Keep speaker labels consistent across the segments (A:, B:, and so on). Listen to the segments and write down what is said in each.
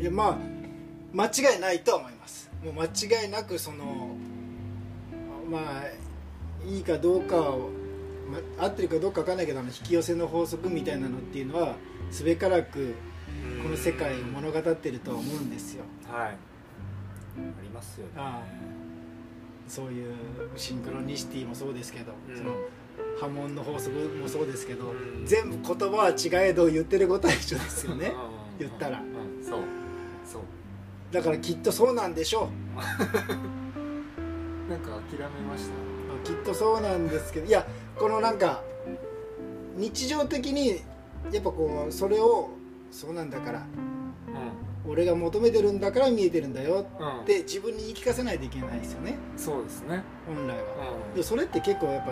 A: いやまあ間違いないとは思いますもう間違いなくそのまあいいかどうかを、ま合ってるかどうかわかんないけどあの引き寄せの法則みたいなのっていうのはすべからくこの世界を物語ってるとは思うんですよ
B: はいありますよね
A: あそういうシンクロニシティもそうですけど、
B: うん
A: その波紋の法則もそうですけど、
B: うん
A: 全部言葉は違えど言ってることは一緒ですよ ね言ったら
B: うんうんそうそう
A: だからきっとそうなんでしょう
B: なんか諦めました
A: まあきっとそうなんですけどいやこのなんか日常的にやっぱこうそれをそうなんだから
B: う
A: 俺が求めてるんだから見えてるんだよ
B: んうん
A: って自分に言い聞かせないといけないですよね
B: そうですね
A: 本来はで
B: う
A: も
B: ん
A: それって結構やっぱ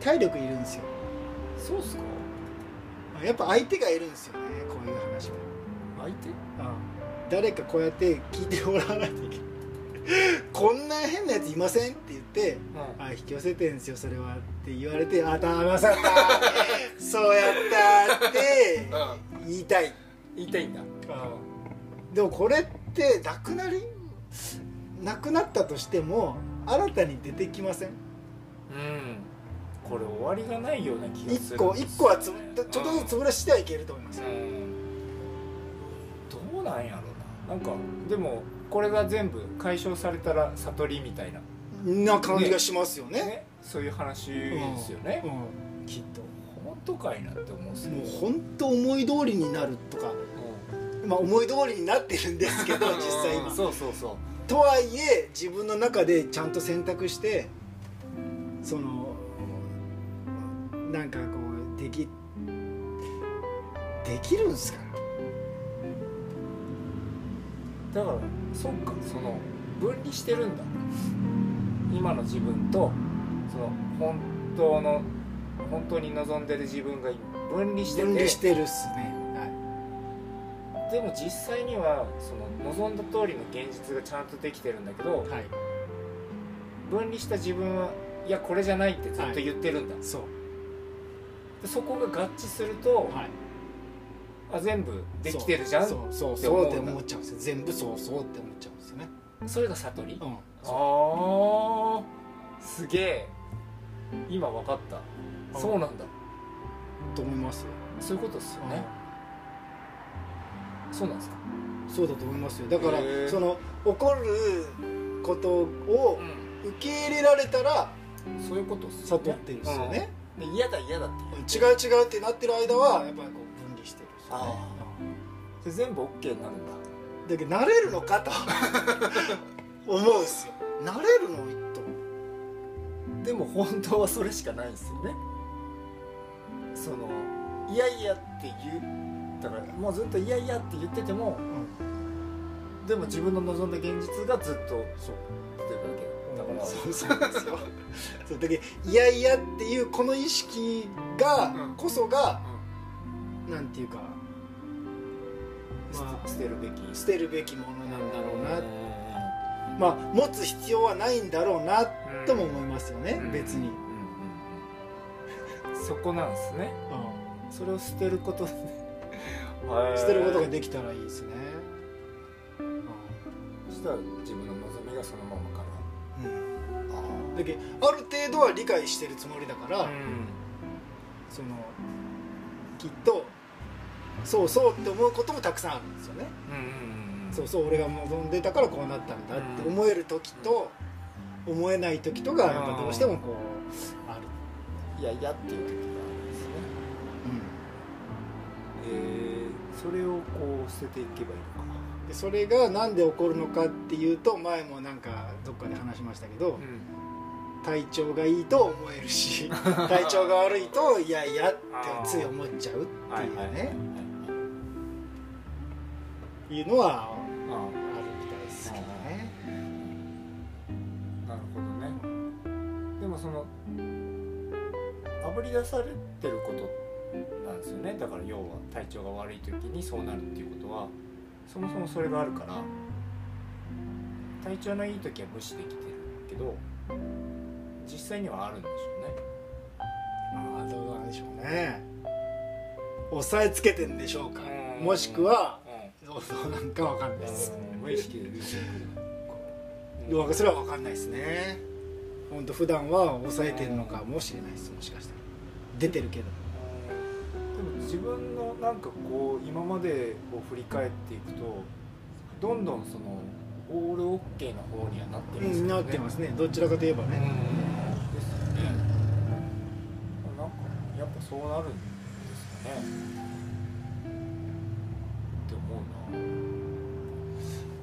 A: 体力いるんですよ
B: そうっすか
A: やっぱ相手がいるんですよねこういう話も
B: 相手
A: 誰かこうやって聞いてもらわないといけないこんな変なやついませんって言って
B: うん
A: あ引き寄せてんすよそれはって言われてあ騙され たそうやったって言いたい
B: 言いたいんだ
A: でもこれってなくなりなくなったとしても新たに出てきません
B: うんこれ終わりがないような気がす
A: 一
B: る
A: 個一個はつぶ
B: うん
A: ちょっとずつ潰らしてはいけると思います、
B: うんどうなんやろななんかでもこれが全部解消されたら悟りみたいな
A: な感じがしますよね
B: ねそういう話ですよね
A: うん、きっと
B: 本当かいなって思うんですよ
A: もう本当思い通りになるとか、まあ、思い通りになってるんです けど
B: うん
A: 実際今
B: うんそうそうそう
A: とはいえ自分の中でちゃんと選択してそのなんかこうできできるんすから
B: だからそっかその分離してるんだ今の自分とその本当の本当に望んでる自分が分離してて
A: 分離してるっすね、は
B: でも実際にはその望んだ通りの現実がちゃんとできてるんだけど
A: い、はい、
B: 分離した自分はいやこれじゃないってずっと言ってるんだ、
A: そう
B: でそこが合致すると、
A: はい
B: あ全部できてるじゃん
A: そ
B: そう
A: そう
B: って
A: そ
B: 思
A: う
B: うん
A: っ
B: だ
A: て思っちゃうんですよ全部そうそうって思っちゃうんですよね
B: れが悟り、
A: う
B: あ
A: ん
B: あすげえ今分かった、
A: うん
B: そうなんだ
A: と思いますよ、
B: そういうことですよね、そうなんですか
A: そうだと思いますよだから
B: へー
A: その起こることを受け入れられたら
B: うんそういうことっすよ
A: 悟
B: ね
A: ってるんですよね、
B: うんで嫌だ嫌だって言って
A: 違う違うってなってる間はやっぱりこう分離してるんですよね
B: あで全部 OK になるんだ
A: だけど慣れるのかと思うんですよ慣れるのと
B: でも本当はそれしかないんですよねそのいやいやって言うだからもうずっといやいやって言っててもでも自分の望んだ現実がずっとそう出てるわけだから
A: そうそうなんですよそうだけどいやいやっていうこの意識が
B: うん
A: こそが、なんていうかまあ
B: 捨て捨てるべき
A: 捨てるべきものなんだろうな、
B: な
A: まあ持つ必要はないんだろうなとも思いますよね、別に、
B: そこなんですね
A: う
B: それを捨てることで
A: ん、捨てることが
B: で
A: できたらいいですね、
B: そしたら自分の望みがそのままか
A: うん
B: なあ
A: だけどある程度は理解してるつもりだから、そのきっとそうそうって思うこともたくさんあるんですよね、そうそう俺が望んでたからこうなったんだって思える時と、思えない時とがやっぱどうしてもこうある、
B: いやいやっていう時があるんですねえー、それをこう捨てていけばいいのかな
A: でそれが何で起こるのかっていうと前もなんかどっかで話しましたけど、体調がいいと思える し体調が悪いといやいやってつい思っちゃうっていうね、いいうのは
B: あ
A: あるみたいですけどね。
B: あなるほどねでもそのあぶり出されてることなんですよねだから要は体調が悪い時にそうなるっていうことはそもそもそれがあるから体調のいい時は無視できてるけど実際にはあるんでしょ
A: ああどうなんでしょうね押さえつけてんでしょうか
B: うね
A: もしくは
B: うん
A: そうそうなんかわかんないです、
B: 無意 識でルーティン
A: なんかそれはわかんないですね本当普段は抑えてるのかもしれないですもしかしたら出てるけど
B: でも自分のなんかこう今までを振り返っていくとどんどんそのオールオッケーの方にはなって
A: う
B: ますよ
A: んなってますねどちらかといえば
B: うん
A: ね、
B: ですよねなんかやっぱそうなるんですよねって思う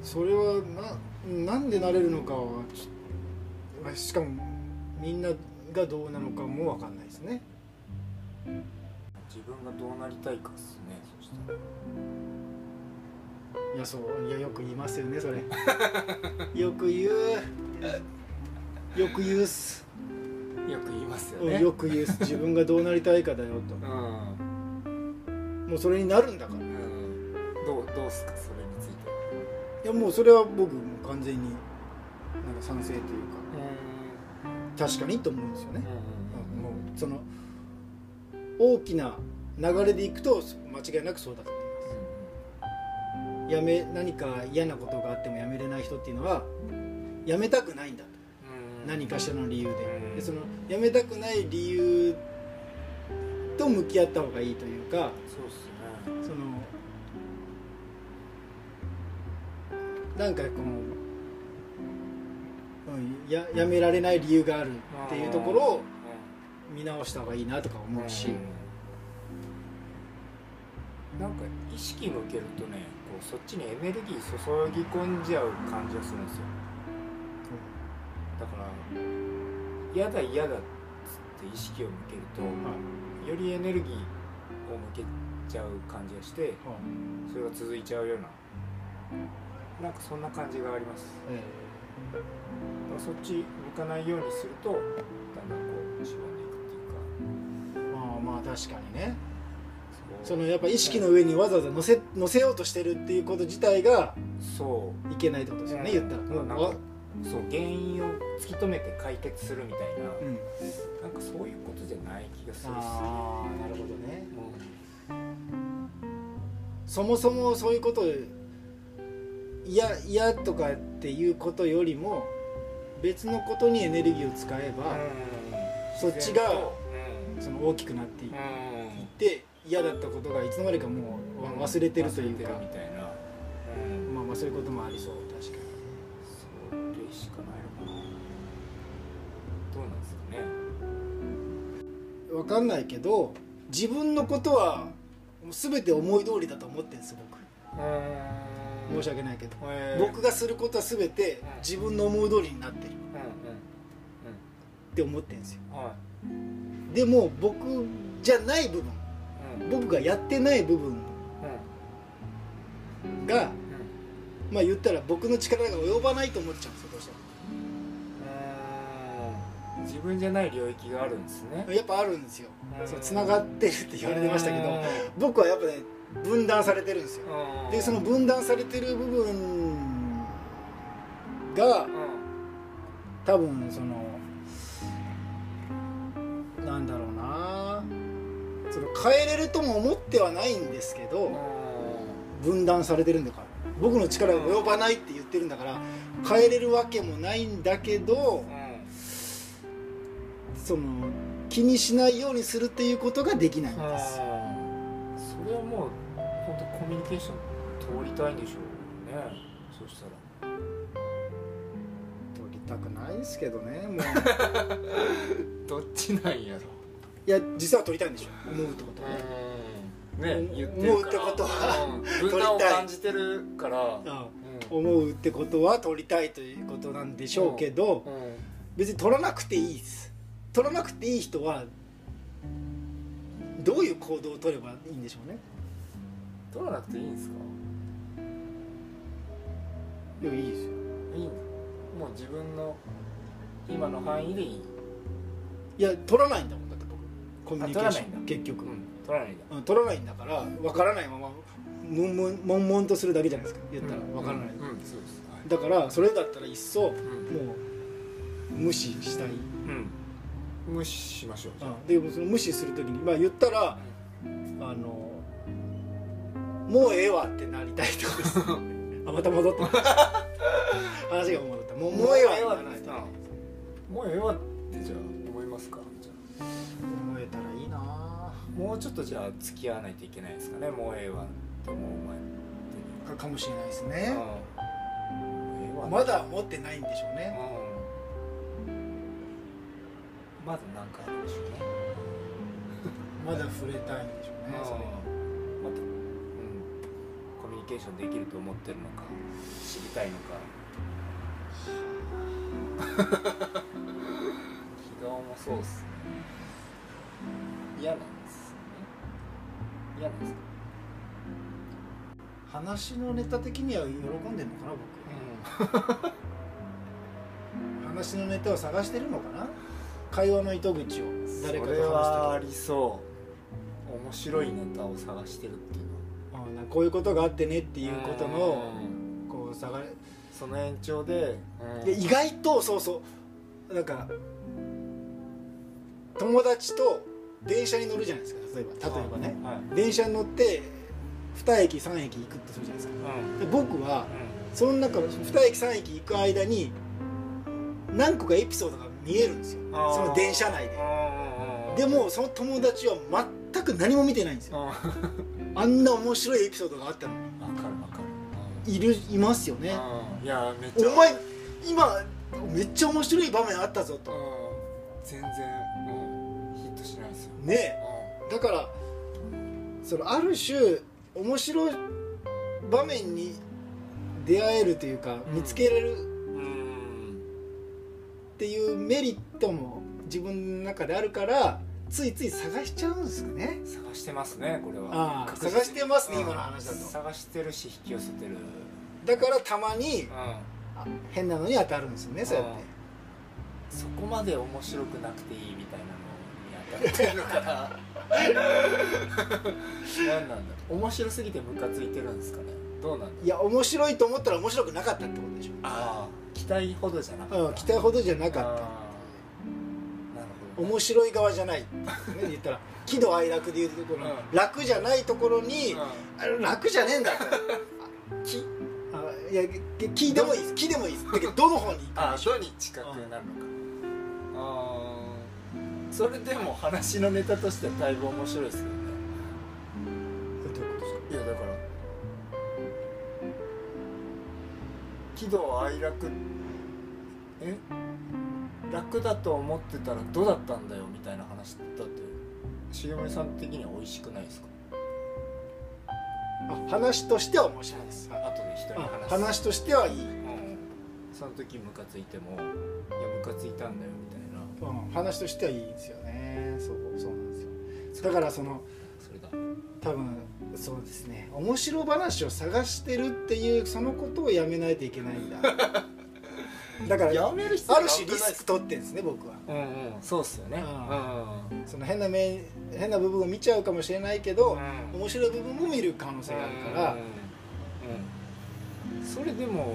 A: それはななんでなれるのかはちょしかもみんながどうなのかもわかんないですね
B: な自分がどうなりたいかっすねそしたら
A: いやそういやよく言いますよねそ れよく言うよく言うっす、
B: よく言いますよ
A: う
B: ね
A: んよく言うっす自分がどうなりたいかだよ
B: う
A: と
B: ん
A: もうそれになるんだからい
B: うんどうどうすかそれについて
A: やもうそれは僕もう完全になんか賛成という
B: う
A: か確かにと思うんですよね
B: ん、
A: うんもうその大きな流れでいくと間違いなくそうだと思いますやめ何か嫌なことがあってもやめれない人っていうのはやめたくないんだと何かしらの理由で
B: うん
A: でそのやめたくない理由と向き合った方がいいというか
B: そうっすね
A: そのなんかこの、うん、ややめられない理由があるっていうところを見直した方がいいなとか思うし、
B: なんか意識向けるとねこうそっちにエネルギー注ぎ込んじゃう感じがするんですよだから嫌だ嫌だっつって意識を向けると、よりエネルギーを向けちゃう感じがしてそれが続いちゃうようななんかそんな感じがあります
A: うん
B: だからそっち向かないようにするとだんだんこうしぼんでいくっていうか
A: まあまあ確かにね
B: そ
A: そうのやっぱ意識の上にわざわざ乗せ乗せようとしてるっていうこと自体が
B: そ
A: いけないってこと
B: う
A: ですよね、言ったら、
B: うんなん
A: わ
B: かそう原因を突き止めて解決するみたいな、
A: うん
B: なんかそういうことじゃない気がするっ
A: ああなるほどね
B: すも
A: そも
B: う
A: そもそういうこといやいやとかっていうことよりも別のことにエネルギーを使えば、そっちが
B: うん
A: その大きくなっていっ
B: うん
A: て嫌だったことがいつの間にかもうわ忘れてるというか
B: 忘れてるみたいな、うん、
A: まあまあそういうこともありそう確か
B: それしかないのかなどうなんですかね
A: に分かんないけど自分のことはもう全て思い通りだと思ってるんです僕申し訳ないけど、
B: えー
A: 僕がすることは全て自分の思い通りになってる
B: うんうん
A: って思ってるんですよ
B: うんは
A: でも僕じゃない部分
B: いうん
A: 僕がやってない部分が
B: うんうん
A: まあ言ったら僕の力が及ばないと思っちゃうんですよどうして
B: うーん自分じゃない領域があるんですね
A: もやっぱあるんですよ
B: うん
A: そう繋がってるって言われてましたけど僕はやっぱね分断されてるんですよ
B: うん
A: でその分断されてる部分が
B: うん
A: 多分そのなんだろうなその変えれるとも思ってはないんですけど、分断されてるんだから僕の力が及ばないって言ってるんだから変えれるわけもないんだけど
B: う
A: その気にしないようにするっていうことができないん
B: んうん
A: です
B: それはもう本当コミュニケーション通りたいんでしょうねそしたら
A: 取りたくないですけどねもう
B: どっちなんやろ
A: いや実は取りたいんでしょ思うってことはね
B: うんね言ってる
A: 思うってことは
B: うん分断
A: 取りた
B: を
A: い
B: 感じてるから
A: うん思うってことは取りたいということなんでしょうけど
B: うんうん
A: 別に取らなくていいです取らなくていい人はどういう行動を取ればいいんでしょうね
B: 取らなくていいんですか
A: でもいいですよ
B: いいんもう自分の今の範囲でいい
A: いや取らないんだもんだって僕コミュニケーシ
B: あ取らない
A: ョ
B: ん
A: ン
B: だ
A: 結局、
B: 取らないんだ
A: うん取らないんだから分からないまま悶々悶々とするだけじゃないですか言ったら分からない、
B: うんうんそうですはい
A: だからそれだったらいっそも
B: ん
A: う無視したい、
B: うん無視しましょう
A: うんでもその無視する時にまあ言ったらあのもうええわってなりたいとこです あまた戻 ってます話が戻ったもうもうええわってならないと思
B: もうええわってじゃあ思いますかじゃあ
A: えたらいいな
B: もうちょっとじゃあ付き合わないといけないですかねもうええわって思う前に
A: あかもしれないです
B: うん
A: ね
B: もうええわ
A: まだ持ってないんでしょうね
B: うんまだなんかあるでしょうね
A: まだ触れたいんでしょうねそれに
B: また、うん、コミュニケーションできると思ってるのか知りたいのか気顔もそうっすね嫌なんですね嫌なんですか
A: 話のネタ的には喜んでるのかな僕話のネタを探してるのかな会話の糸口を誰か
B: それ
A: と
B: はあ
A: 話す
B: りそう面白いネタを探してるっていうのは
A: ときあなんかこういうことがあってねっていうことの
B: うん
A: こう探れ
B: その延長で、うん
A: で意外とそうそうなんか友達と電車に乗るじゃないですか例えば例えばね
B: はい、
A: 電車に乗って2駅3駅行くってするじゃないですかで僕はその中の2駅3駅行く間に何個かエピソードが見えるんですよ
B: あー
A: その電車内で
B: うん
A: でもその友達は全く何も見てないんですよ
B: うん
A: あんな面白いエピソードがあったのに
B: わかるわかる。
A: いるいますよね
B: うんいやめっちゃ。
A: お前今めっちゃ面白い場面あったぞ
B: う
A: と
B: ん全然もうヒットしないですよ。
A: ねえだからそのある種面白い場面に出会えるというか
B: うん
A: 見つけれる
B: うん。
A: っていうメリットも自分の中であるからついつい探しちゃうんですかね
B: 探してますねこれ
A: あ
B: は
A: あ。
B: 確実
A: 探してますね
B: うん
A: 今の話だと
B: 探してるし引き寄せてる。
A: だからたまに
B: うん。
A: あ変なのに当たるんですよねそうやって
B: そこまで面白くなくていいみたいなのに当たってるのか な。なんなんだろう。面白すぎてムカついてるんですかね。どうなんだろう。
A: いや面白いと思ったら面白くなかったってことでし
B: ああ期待ほどじゃな
A: ょ、
B: か
A: う
B: っ
A: ん、
B: た。
A: 期待ほどじゃなかった
B: あーなるほどね
A: 面白い側じゃない、ね、言った ら喜怒哀楽でいうところの、
B: う
A: 楽じゃないところに、
B: う
A: あ楽じゃね えんだときあいやききでもいいですきでもいいですだけどどの方に行く
B: んあ
A: か
B: どに近くなるのかあーそれでも話のネタとしてはだいぶ面白いですよね
A: どういうことですか
B: いやだから喜怒哀楽え楽だと思ってたらどうだったんだよみたいな話だって重森さん的には美味しくないですか
A: あ話としては面白いです
B: あ後で人に
A: あ
B: 話す
A: 話としてはいい、
B: その時ムカついても「いやムカついたんだよ」みたいな
A: うん、話としてはいいんですよねそうそうなんですよだからその
B: それだ
A: 多分そうですね面白話を探してるっていうそのことをやめないといけない んだだから
B: める必
A: ある種リスク取ってんですね僕は
B: うんうんそうっすよね
A: う
B: うんん
A: その変な面変な部分を見ちゃうかもしれないけど、面白い部分も見る可能性があるから、
B: うんうんそれでも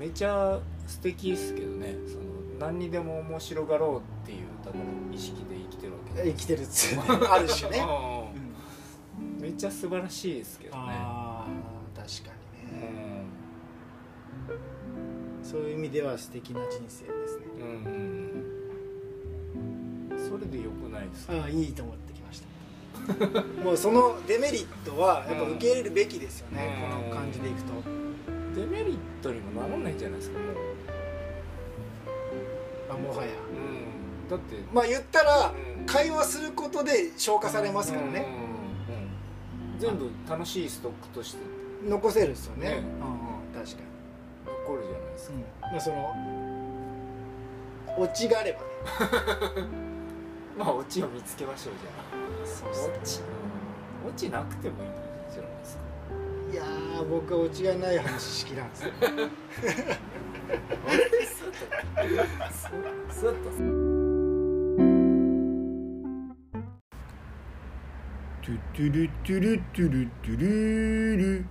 B: めちゃ素敵っすけどねその何にでも面白がろうっていうだから意識で生きてるわけ
A: 生きてるっつうねある種ね、
B: ね
A: うん
B: めっちゃ素晴らしいですけどね
A: ああ確か
B: う
A: にね、そういう意味では素敵な人生ですね
B: んうんそれでよくないですか
A: ああいいと思ってきま したもうそのデメリットはやっぱ受け入れるべきですよね、
B: うん
A: この感じでいくと、
B: デメリットにもならないんじゃないですかもう、
A: まあ、もはや
B: うん、だって
A: まあ言ったら
B: うん
A: 会話することで消化されますからね、
B: うんうんうん全部楽しいストックとして
A: 残せるっすよね
B: ね
A: うんうん、確かに、
B: 残るじゃないですか、
A: まあそのオチがあればね
B: まあオチを見つけましょうじ
A: そう
B: ゃあオチオチなくてもいいじゃないですか
A: いやー僕はオチがない話しきなんですよ
B: スッと
C: トゥトゥルトゥルトゥルトゥルル